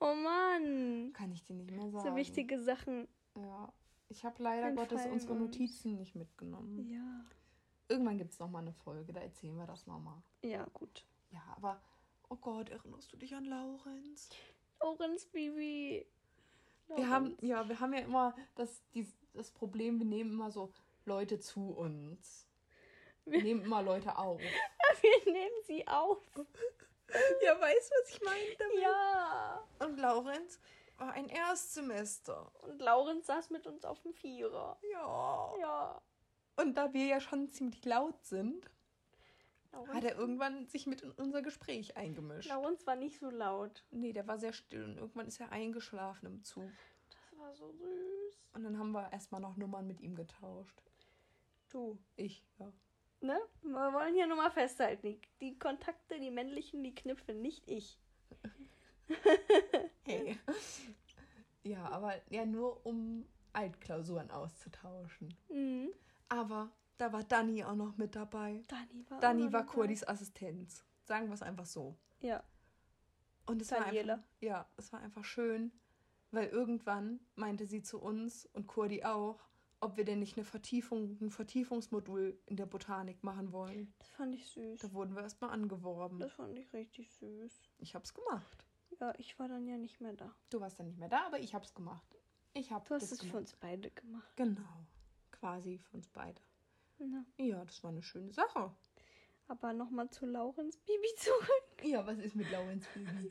oh Mann. Kann ich dir nicht mehr sagen. So wichtige Sachen. Ja. Ich habe leider Dann Gottes fallen unsere uns- Notizen nicht mitgenommen. ne? Ja. Irgendwann gibt es nochmal eine Folge, da erzählen wir das nochmal. Ja, gut. Ja, aber, oh Gott, erinnerst du dich an Laurenz? Lorenz Bibi. Wir haben, Lorenz. ja, wir haben ja immer das, die, das Problem, wir nehmen immer so Leute zu uns. Wir Wir- nehmen immer Leute auf. [laughs] Wir nehmen sie auf. [laughs] Ja, weißt du, was ich meine? Ja. Und Laurenz war ein Erstsemester. Und Lorenz saß mit uns auf dem Vierer. Ja. Ja. Und da wir ja schon ziemlich laut sind, hat Lorenz, er irgendwann sich mit in unser Gespräch eingemischt. Lorenz war nicht so laut. Nee, der war sehr still und irgendwann ist er eingeschlafen im Zug. Das war so süß. Und dann haben wir erstmal noch Nummern mit ihm getauscht. Du. Ich, ja. Ne? Wir wollen hier nur mal festhalten. Die, die Kontakte, die männlichen, die Knüpfe, nicht ich. Hey. [laughs] Ja, aber ja, nur um Altklausuren auszutauschen. Mhm. Aber da war Dani auch noch mit dabei. Dani war. auch Dani noch war dabei. Kurdis Assistenz. Sagen wir es einfach so. Ja. Und es war Daniela. einfach, ja, es war einfach schön, weil irgendwann meinte sie zu uns und Kurdi auch, ob wir denn nicht eine Vertiefung, ein Vertiefungsmodul in der Botanik machen wollen. Das fand ich süß. Da wurden wir erstmal angeworben. Das fand ich richtig süß. Ich hab's gemacht. Ja, ich war dann ja nicht mehr da. Du warst dann nicht mehr da, aber ich hab's gemacht. Ich hab Du hast das es für gemacht. uns beide gemacht. Genau. Quasi für uns beide. Ja. Ja, das war eine schöne Sache. Aber nochmal zu Laurens Bibi zurück. Ja, was ist mit Laurens Baby?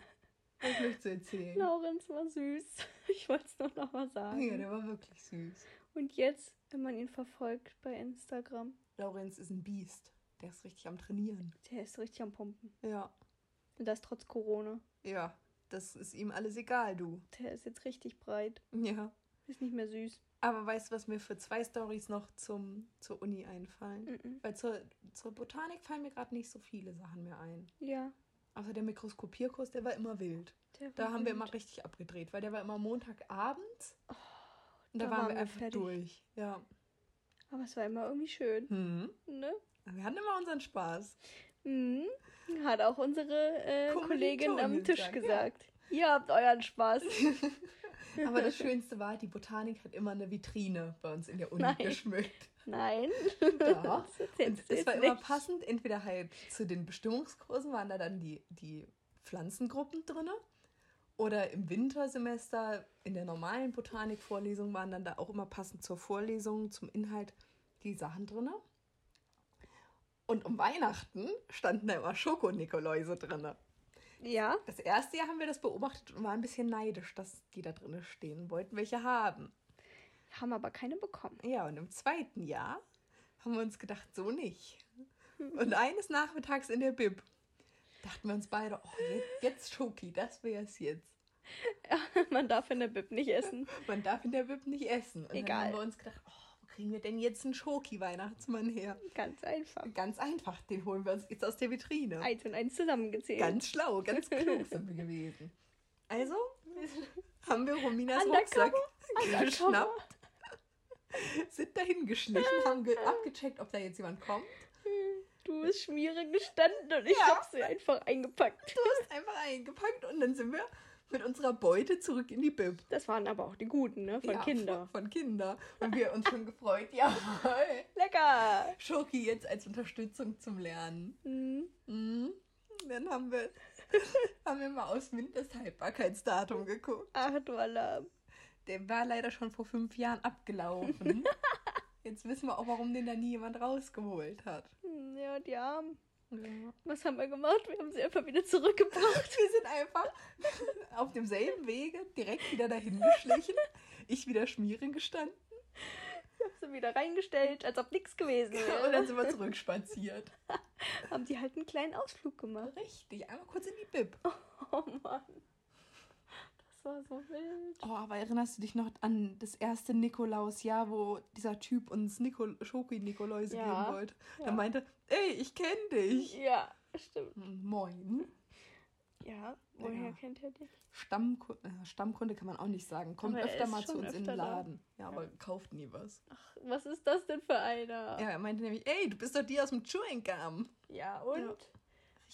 Was möchtest du erzählen? Laurens war süß. [laughs] Ich wollte es nur nochmal sagen. Ja, der war wirklich süß. Und jetzt, wenn man ihn verfolgt bei Instagram, Laurenz ist ein Biest. Der ist richtig am Trainieren. der ist richtig am Pumpen. Ja. Und das trotz Corona. Ja. Das ist ihm alles egal, du. Der ist jetzt richtig breit. Ja. Ist nicht mehr süß. Aber weißt du, was mir für zwei Stories noch zum, zur Uni einfallen? Mhm. Weil zur, zur Botanik fallen mir gerade nicht so viele Sachen mehr ein. Ja. Außer der Mikroskopierkurs, der war immer wild. Der Da war haben wir gut. immer richtig abgedreht, weil der war immer Montagabends. und Oh, da, da waren, waren wir wir einfach fertig. durch. Ja. Aber es war immer irgendwie schön, Hm. ne? Wir hatten immer unseren Spaß. Mhm. Hat auch unsere äh, Kommilitonin Kollegin am Tisch sagen, ja. gesagt. Ihr habt [laughs] euren Spaß. Aber das Schönste war, die Botanik hat immer eine Vitrine bei uns in der Uni Nein. geschmückt. Nein. Ja. [laughs] Das erzählst Und du es jetzt war immer nicht. passend, entweder halt zu den Bestimmungskursen waren da dann die, die Pflanzengruppen drin. Oder im Wintersemester in der normalen Botanikvorlesung waren dann da auch immer passend zur Vorlesung, zum Inhalt die Sachen drin. Und um Weihnachten standen da immer Schokonikoläuse drin. Ja, Das erste Jahr haben wir das beobachtet und waren ein bisschen neidisch, dass die da drin stehen wollten, welche haben. haben aber keine bekommen. [laughs] Ja, und im zweiten Jahr haben wir uns gedacht, so nicht. Und eines Nachmittags in der Bib dachten wir uns beide, oh, jetzt, jetzt Schoki, das wär's jetzt. Man darf in der Bib nicht essen. Man darf in der Bib nicht essen. Und Egal. dann haben wir uns gedacht, oh, wo kriegen wir denn jetzt einen Schoki-Weihnachtsmann her? Ganz einfach. Ganz einfach, den holen wir uns jetzt aus der Vitrine. Eins und eins zusammengezählt. Ganz schlau, ganz [laughs] klug sind wir gewesen. Also haben wir Rominas Rucksack Undercover, undercover. geschnappt, sind dahin geschlichen, haben ge abgecheckt, ob da jetzt jemand kommt. Mhm, Du bist schmierig gestanden und ich Ja. hab sie einfach eingepackt. Du hast einfach eingepackt und dann sind wir mit unserer Beute zurück in die Bib. Das waren aber auch die guten, ne? Von Ja, Kinder. Von, von Kinder. Und wir uns schon gefreut, jawohl. Lecker! [laughs] Schoki jetzt als Unterstützung zum Lernen. Mhm. Mhm. Dann haben wir, haben wir mal aufs Mindesthaltbarkeitsdatum geguckt. Ach du Alarm. Der war leider schon vor fünf Jahren [laughs] abgelaufen. Jetzt wissen wir auch, warum den da nie jemand rausgeholt hat. Hm, Ja, die Armen. Ja. Was haben wir gemacht? Wir haben sie einfach wieder zurückgebracht. Wir sind einfach auf demselben Wege direkt wieder dahin geschlichen. Ich wieder schmieren gestanden. Hab sie wieder reingestellt, als ob nichts [laughs] gewesen Und wäre. dann sind wir zurückspaziert. Haben die halt einen kleinen Ausflug gemacht. Richtig, einmal kurz in die Bib. Oh Mann. Das war so wild. Oh, aber erinnerst du dich noch an das erste Nikolausjahr, wo dieser Typ uns Nikol Schoki-Nikoläuse Ja, geben wollte? ja. Er meinte, ey, ich kenne dich. Ja, stimmt. Genau. Moin. Ja, woher Ja. kennt ihr dich? Stammkunde, äh, Stammkunde kann man auch nicht sagen. Kommt Aber er öfter ist mal zu schon uns in öfter den da. Laden. Ja, aber kauft nie was. Ach, was ist das denn für einer? Ja, er meinte nämlich, ey, du bist doch die aus dem Chewing Gum. Ja, und? Ja.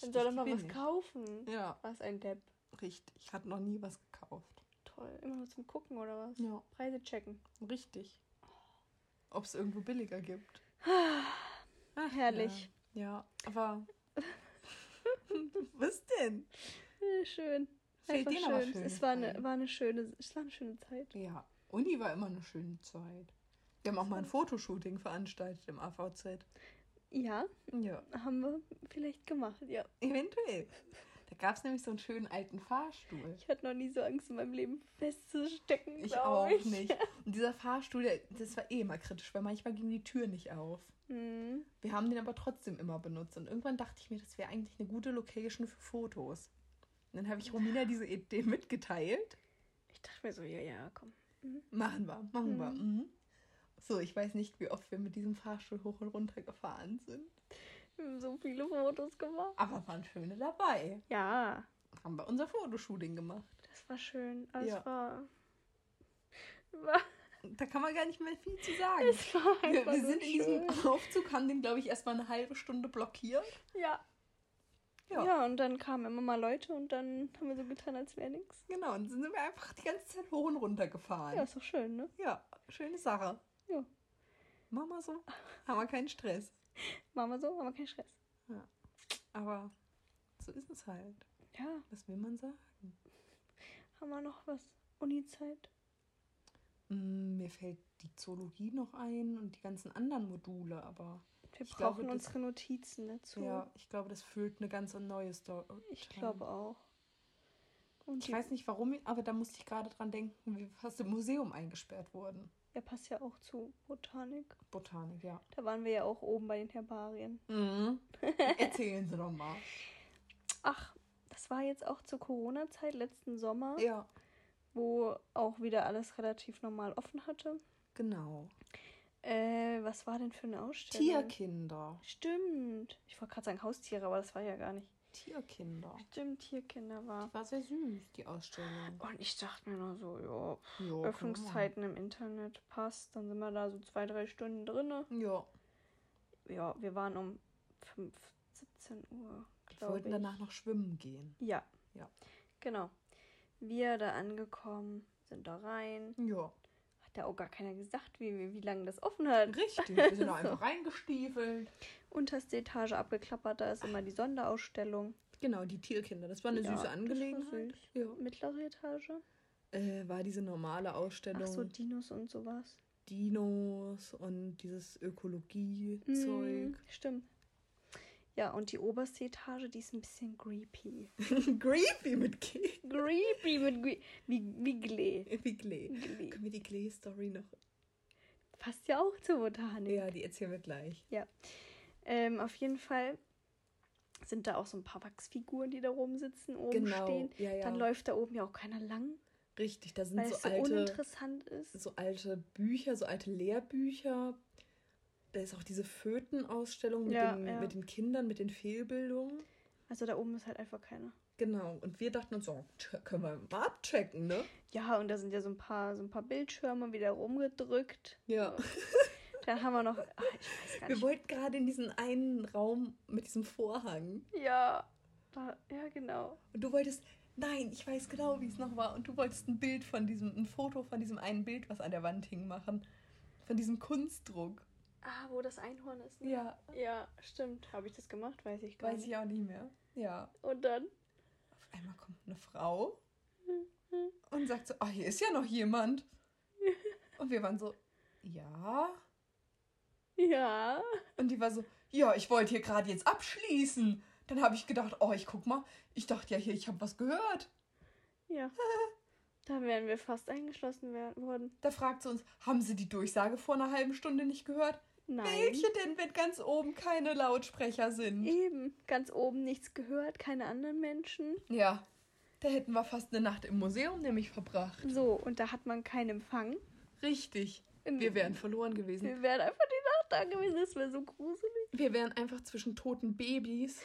Dann soll er Richtig mal was wenig. kaufen. Ja, Was ein Depp. richtig. Hat noch nie was gekauft. Toll. Immer nur zum Gucken oder was? Ja, Preise checken. richtig. Ob es irgendwo billiger gibt. Ach, Ah, Herrlich. Ja, ja aber. [laughs] was denn? Äh, Schön. Fehlt dir noch was Schönes Es war eine, ein? war, eine schöne, es war eine schöne Zeit. Ja, Uni war immer eine schöne Zeit. Wir haben auch mal ein Fotoshooting veranstaltet im AVZ. Ja, Ja, haben wir vielleicht gemacht. Ja, eventuell. Da gab es nämlich so einen schönen alten Fahrstuhl. ich hatte noch nie so Angst, in meinem Leben festzustecken. Ich glaub auch ich. nicht. Und dieser Fahrstuhl, der- das war eh immer kritisch, weil manchmal ging die Tür nicht auf. Hm. Wir haben den aber trotzdem immer benutzt. Und irgendwann dachte ich mir, das wäre eigentlich eine gute Location für Fotos. Und dann habe ich Romina diese Idee mitgeteilt. Ich dachte mir so, ja, ja, komm. Machen wir, machen wir. Mhm. Mhm. So, ich weiß nicht, wie oft wir mit diesem Fahrstuhl hoch und runter gefahren sind. Wir haben so viele Fotos gemacht. Aber waren schöne dabei. Ja, Haben wir unser Fotoshooting gemacht. das war schön. Aber Ja. es war. war Da kann man gar nicht mehr viel zu sagen. [laughs] es war Wir, einfach wir nur sind in schön. diesem Aufzug, haben den, glaube ich, erstmal eine halbe Stunde blockiert. [laughs] Ja. Ja. ja. und dann kamen immer mal Leute und dann haben wir so getan, als wäre nichts. Genau, und dann sind wir einfach die ganze Zeit hoch und runter gefahren. Ja, Ja, ist doch schön, ne? schöne Sache. Ja. Machen wir so. Haben wir keinen Stress. Machen wir so, aber kein Stress. Aber so ist es halt. Ja, Was will man sagen? haben wir noch was? Uni-Zeit. Hm, mir fällt die Zoologie noch ein und die ganzen anderen Module, aber Wir Ich glaube, brauchen das- unsere Notizen dazu. ja, ich glaube, das füllt eine ganz neue Story. Ich glaube auch. Und Ich weiß nicht warum, aber da musste ich gerade dran denken, wie wir fast im Museum eingesperrt wurden. Er passt ja auch zu Botanik. Botanik, ja. Da waren wir ja auch oben bei den Herbarien. Mhm. [laughs] Erzählen Sie doch mal. Ach, das war jetzt auch zur Corona-Zeit letzten Sommer, Ja, wo auch wieder alles relativ normal offen hatte. genau. Äh, was war denn für eine Ausstellung? Tierkinder. Stimmt. Ich wollte gerade sagen Haustiere, aber das war ja gar nicht. Tierkinder. Stimmt, Tierkinder war. Die war sehr süß, die Ausstellung. Und ich dachte mir nur so, ja, Ja, Öffnungszeiten im Internet passt. Dann sind wir da so zwei, drei Stunden drinne. kann man. Ja, Ja, wir waren um 5, 17 Uhr, wir glaube ich. wollten danach noch schwimmen gehen. Ja. Ja. Genau. Wir da angekommen, sind da rein. Ja, Hat da auch gar keiner gesagt, wie, wie lange das offen hat. richtig. Wir [laughs] sind da einfach reingestiefelt. Unterste Etage abgeklappert, da ist immer die Sonderausstellung. Genau, die Tierkinder. Das war eine Ja, süße das war Angelegenheit. süß. Mittlere Etage. Ja. Äh, war diese normale Ausstellung. Ach so, Dinos und sowas. Dinos und dieses Mm, Ökologie-Zeug. Hm, stimmt. Ja, und die oberste Etage, die ist ein bisschen creepy. [laughs] Creepy mit Keks. Creepy mit Gre wie, wie Glee. Wie Klee. Glee. Können wir die Klee-Story noch? Passt ja auch zur Botanik. Ja, die erzählen wir gleich. Ähm, auf jeden Fall sind da auch so ein paar Wachsfiguren, die da oben sitzen, oben genau. stehen. Ja, ja. Dann läuft da oben ja auch keiner lang, Richtig, da sind weil so es so alte, uninteressant ist. so alte Bücher, so alte Lehrbücher. Da ist auch diese Fötenausstellung mit, Ja, den, ja. mit den Kindern, mit den Fehlbildungen. Also da oben ist halt einfach keiner. Genau. Und wir dachten uns so, tsch- können wir mal abchecken, ne? Ja, und da sind ja so ein paar, so ein paar Bildschirme wieder rumgedrückt. Ja. Dann haben wir noch. Ach, ich weiß gar Wir nicht. wollten gerade in diesen einen Raum mit diesem Vorhang. Ja. Da, ja, genau. Und du wolltest, nein, ich weiß genau, wie es noch war. Und du wolltest ein Bild von diesem, ein Foto von diesem einen Bild, was an der Wand hing, machen. Von diesem Kunstdruck. Ah, wo das Einhorn ist. Ne? Ja, Ja, stimmt. Habe ich das gemacht? Weiß ich gar weiß nicht. ich auch nicht mehr. Ja. Und dann? Auf einmal kommt eine Frau und sagt so, ah, hier ist ja noch jemand. Und wir waren so, ja. Ja. Und die war so, ja, ich wollte hier gerade jetzt abschließen. [laughs] Dann habe ich gedacht, oh, ich guck mal, ich dachte ja hier, ich habe was gehört. Ja. Da wären wir fast eingeschlossen werden, worden. Da fragt sie uns, haben Sie die Durchsage vor einer halben Stunde nicht gehört? Nein. Welche denn, wenn ganz oben keine Lautsprecher sind? Eben. Ganz oben nichts gehört, keine anderen Menschen. Ja, da hätten wir fast eine Nacht im Museum nämlich verbracht. So, und da hat man keinen Empfang. Richtig. In- Wir wären verloren gewesen. Wir wären einfach die Nacht da gewesen. Das wäre so gruselig. Wir wären einfach zwischen toten Babys,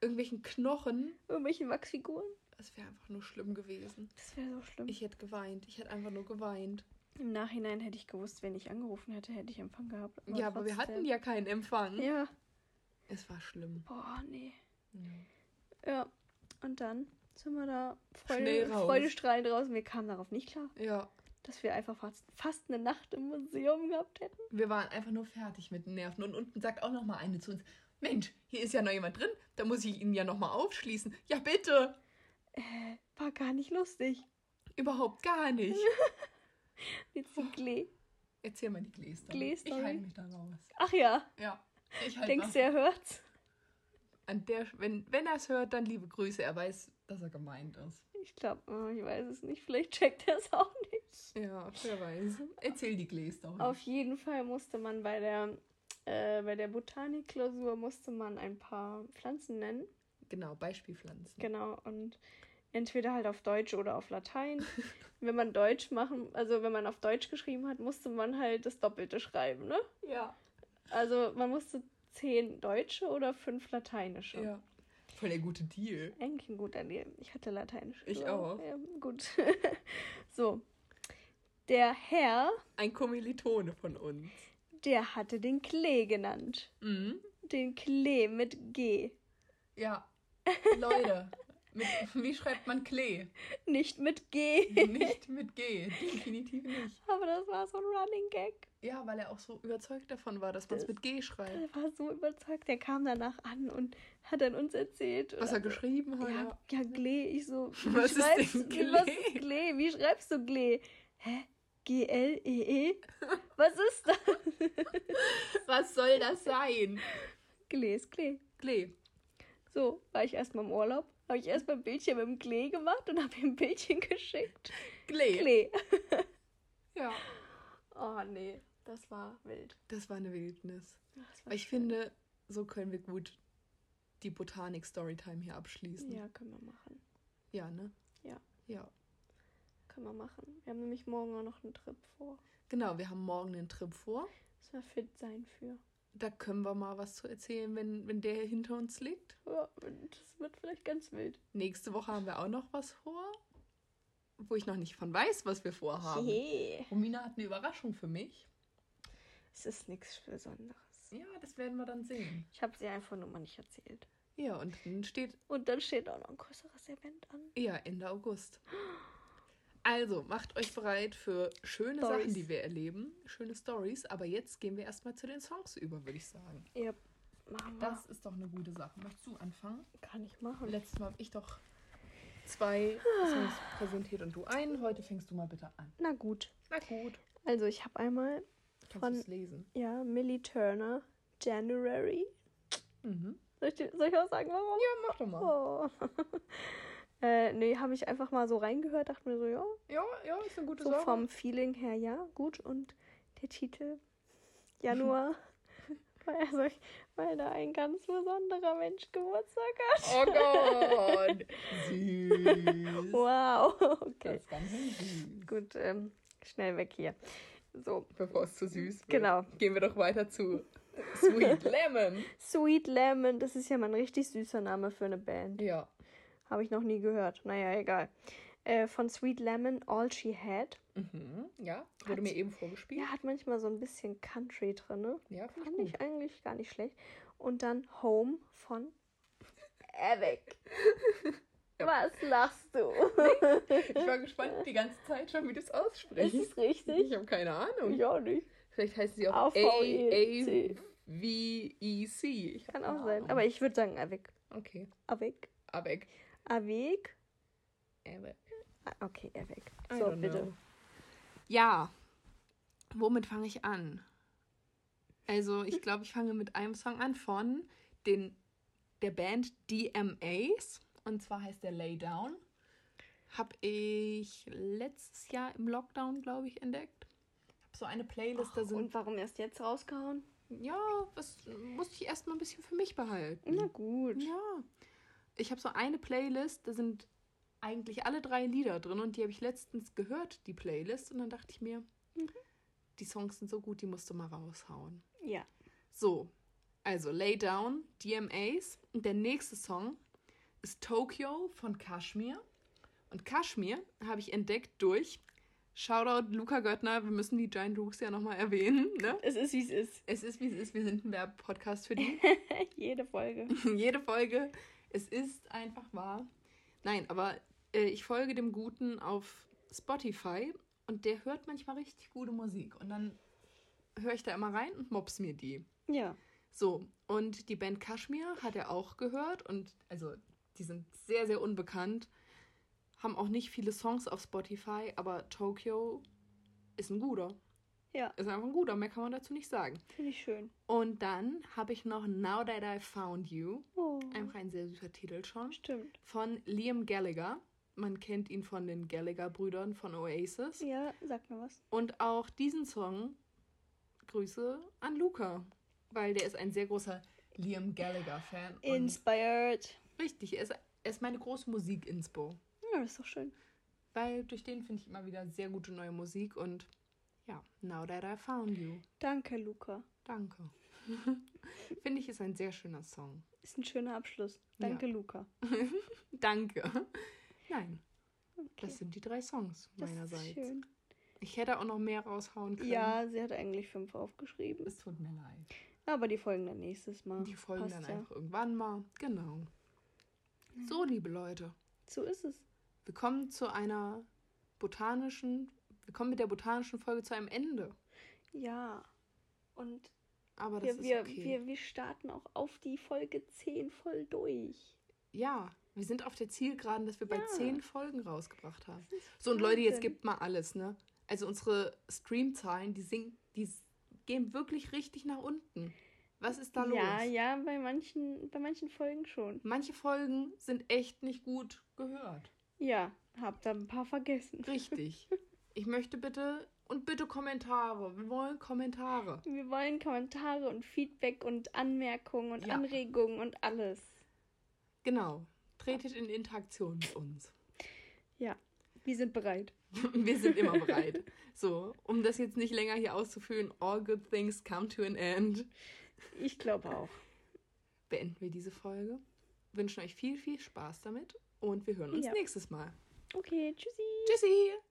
irgendwelchen Knochen. Irgendwelche Wachsfiguren. Das wäre einfach nur schlimm gewesen. Das wäre so schlimm. Ich hätte geweint. Ich hätte einfach nur geweint. Im Nachhinein hätte ich gewusst, wenn ich angerufen hätte, hätte ich Empfang gehabt. ja, aber wir hatten ja keinen Empfang. Ja. Es war schlimm. Boah, nee. Ja. Ja. Und dann sind wir da Freude, Schnell raus. freudestrahlend draußen. Wir kamen darauf nicht klar, Ja, dass wir einfach fast, fast eine Nacht im Museum gehabt hätten. wir waren einfach nur fertig mit den Nerven. Und unten sagt auch noch mal eine zu uns, Mensch, hier ist ja noch jemand drin, da muss ich ihn ja noch mal aufschließen. Ja, bitte. War gar nicht lustig. Überhaupt gar nicht. Jetzt die Klee. Erzähl mal die Gläser. Ich Gläser. halte mich da raus. Ach ja, Ja, ich halte denkst du, er hört's? An der, wenn wenn er es hört, dann liebe Grüße. Er weiß, dass er gemeint ist. Ich glaube, oh, ich weiß es nicht. Vielleicht checkt er es auch nicht. Ja, wer weiß. Erzähl die Gläser. Auf jeden Fall musste man bei der, äh, bei der Botanikklausur musste man ein paar Pflanzen nennen. Genau, Beispielpflanzen. Genau, und entweder halt auf Deutsch oder [laughs] auf Latein. wenn man Deutsch machen, also wenn man auf Deutsch geschrieben hat, musste man halt das Doppelte schreiben, ne? Ja. Also man musste zehn Deutsche oder fünf Lateinische. ja. Voll der gute Deal. Eigentlich ein guter Leben. Ich hatte Lateinisch. Ich glaub. auch. Ja, gut. [laughs] so. Der Herr, Ein Kommilitone von uns. der hatte den Klee genannt. Mhm. Den Klee mit G. Ja. Leute, mit, wie schreibt man Klee? Nicht mit G. [laughs] Nicht mit G. Definitiv nicht. Aber das war so ein Running Gag. Ja, weil er auch so überzeugt davon war, dass man es mit G schreibt. Er war so überzeugt, der kam danach an und hat dann uns erzählt. Was er geschrieben hat. ja, ja, Glee. [laughs] Ich so, wie Was ist schreibst denn du- Was Glee? ist Glee? Wie schreibst du Glee? Hä? G-L-E-E? E? [laughs] Was ist das? Was soll das sein? Glee ist Glee. Klee. So, war ich erstmal im Urlaub, habe ich erstmal ein Bildchen mit dem Klee gemacht und habe ihm ein Bildchen geschickt. Klee. Klee. Ja. Oh nee, das war wild. Das war eine Wildnis. Das war Aber ich finde, so können wir gut die Botanik-Storytime hier abschließen. Ja, können wir machen. Ja, ne? Ja. Ja. Können wir machen. Wir haben nämlich morgen auch noch einen Trip vor. Genau, wir haben morgen einen Trip vor. Müssen wir fit sein für. Da können wir mal was zu erzählen, wenn, wenn der hinter uns liegt. Ja, Oh, das wird vielleicht ganz wild. Nächste Woche haben wir auch noch was vor, wo ich noch nicht von weiß, was wir Oh, vorhaben. Yeah. Romina hat eine Überraschung für mich. Es ist nichts Besonderes. Ja, das werden wir dann sehen. Ich habe sie einfach nur mal nicht erzählt. Ja, und dann steht Und dann steht auch noch ein größeres Event an. ja Ende August. Also, macht euch bereit für schöne Stories. Sachen, die wir erleben, schöne Stories, aber jetzt gehen wir erstmal zu den Songs über, würde ich sagen. Ja, machen wir. Das ist doch eine gute Sache. Möchtest du anfangen? kann ich machen. Letztes Mal habe ich doch zwei Songs präsentiert und du einen. Heute fängst du mal bitte an. Na gut. Na gut. Also ich habe einmal, Kannst Von- du es lesen? ja, Millie Turner, January. Mhm. Soll ich, dir- soll ich auch sagen, warum? Ja, mach doch mal. Oh. [laughs] äh, nee, habe ich einfach mal so reingehört, dachte mir so, ja, Ja, ja, ist eine gute so Sache. vom Feeling her, ja, gut. Und der Titel Januar, [laughs] weil, also, ich- weil da ein ganz besonderer Mensch Geburtstag hat. oh [laughs] Gott. Süß. Wow, [laughs] Das Oh, okay. ist ganz schön süß. Gut, ähm, schnell weg hier. So, Bevor es zu süß wird. Genau. Gehen wir doch weiter zu Sweet Lemon. Sweet Lemon, das ist ja mal ein richtig süßer Name für eine Band. Ja. Habe ich noch nie gehört. Naja, egal. Äh, von Sweet Lemon, All She Had. Mhm. Ja, wurde Hat- mir eben vorgespielt. Ja, hat manchmal so ein bisschen Country drin, ne? Ja, finde Fand ich eigentlich gar nicht schlecht. Und dann Home von Evic. [laughs] Was lachst [laughs] du? Ich war gespannt die ganze Zeit schon, wie du es Ist aussprichst. es richtig? Ich habe keine Ahnung. Ich auch nicht. Vielleicht heißt sie auch AVEC. A-A-V-E-C. Ich hab E, Kann keine auch sein. Ahnung. Aber ich würde sagen Evic. E, Okay. Evic. Avec. Evic. Avec. Ah, Okay, Evic. I So, don't bitte. know. Ja. Womit fange ich an? Also, ich glaube, ich fange mit einem Song an von den, der Band DMAs. Und zwar heißt der Lay Down. habe ich letztes Jahr im Lockdown, glaube ich, entdeckt. Hab so eine Playlist, da Ach, sind. und warum erst jetzt rausgehauen? Ja, das musste ich erstmal ein bisschen für mich behalten. Na gut. Ja. Ich habe so eine Playlist, da sind eigentlich alle drei Lieder drin und die habe ich letztens gehört, die Playlist, und dann dachte ich mir, die Songs sind so gut, die musst du mal raushauen. Ja. So, also Lay Down, DMAs. Und der nächste Song ist Tokyo von Kashmir. Und Kashmir habe ich entdeckt durch Shoutout Luca Göttner. Wir müssen die Giant Rooks ja nochmal erwähnen. Ne? Es ist, wie es ist. Es ist, wie es ist. Wir sind ein Werbe-Podcast für die. [laughs] Jede Folge. [laughs] Jede Folge. Es ist einfach wahr. Nein, aber äh, ich folge dem Guten auf Spotify und der hört manchmal richtig gute Musik. Und dann höre ich da immer rein und mobs mir die. Ja. So, und die Band Kashmir hat er auch gehört und also die sind sehr, sehr unbekannt, haben auch nicht viele Songs auf Spotify, aber Tokyo ist ein guter. Ja. Ist einfach ein guter, mehr kann man dazu nicht sagen. Finde ich schön. Und dann habe ich noch Now That I Found You, Oh. einfach ein sehr süßer Titel schon, Stimmt. von Liam Gallagher. Man kennt ihn von den Gallagher-Brüdern von Oasis. Ja, sag mir was. Und auch diesen Song Grüße an Luca, weil der ist ein sehr großer Liam Gallagher-Fan. und- Inspired. Richtig, er ist, er ist meine große Musik-Inspo. Ja, das ist doch schön. Weil durch den finde ich immer wieder sehr gute neue Musik und ja, now that I found you. Danke, Luca. Danke. [laughs] finde ich, ist ein sehr schöner Song. Ist ein schöner Abschluss. Danke, Luca. Danke. Nein, Okay. das sind die drei Songs Das ist meinerseits. schön. Ich hätte auch noch mehr raushauen können. Ja, sie hat eigentlich fünf aufgeschrieben. Es tut mir leid. Aber die folgen dann nächstes Mal. Die folgen Passt dann ja. einfach irgendwann mal. Genau. So, liebe Leute. So ist es. Wir kommen zu einer botanischen, wir kommen mit der botanischen Folge zu einem Ende. Ja. Und Aber das wir, wir, ist okay. wir, wir starten auch auf die Folge 10 voll durch. ja, wir sind auf der Zielgeraden, dass wir bei Ja. zehn Folgen rausgebracht haben. Das ist So, und Leute, jetzt Wahnsinn. gibt mal alles, ne? Also unsere Streamzahlen, die sinken, die s- gehen wirklich richtig nach unten. Was ist da los? Ja, ja, bei manchen, bei manchen Folgen schon. Manche Folgen sind echt nicht gut gehört. Ja, hab da ein paar vergessen. Richtig. ich möchte bitte und bitte Kommentare. Wir wollen Kommentare. Wir wollen Kommentare und Feedback und Anmerkungen und Ja. Anregungen und alles. Genau. Tretet in Interaktion mit uns. [laughs] Ja, wir sind bereit. Wir sind immer bereit. So, um das jetzt nicht länger hier auszuführen, all good things come to an end, Ich glaube auch. beenden wir diese Folge. Wünschen euch viel, viel Spaß damit und wir hören uns Ja. nächstes Mal. Okay, tschüssi. Tschüssi!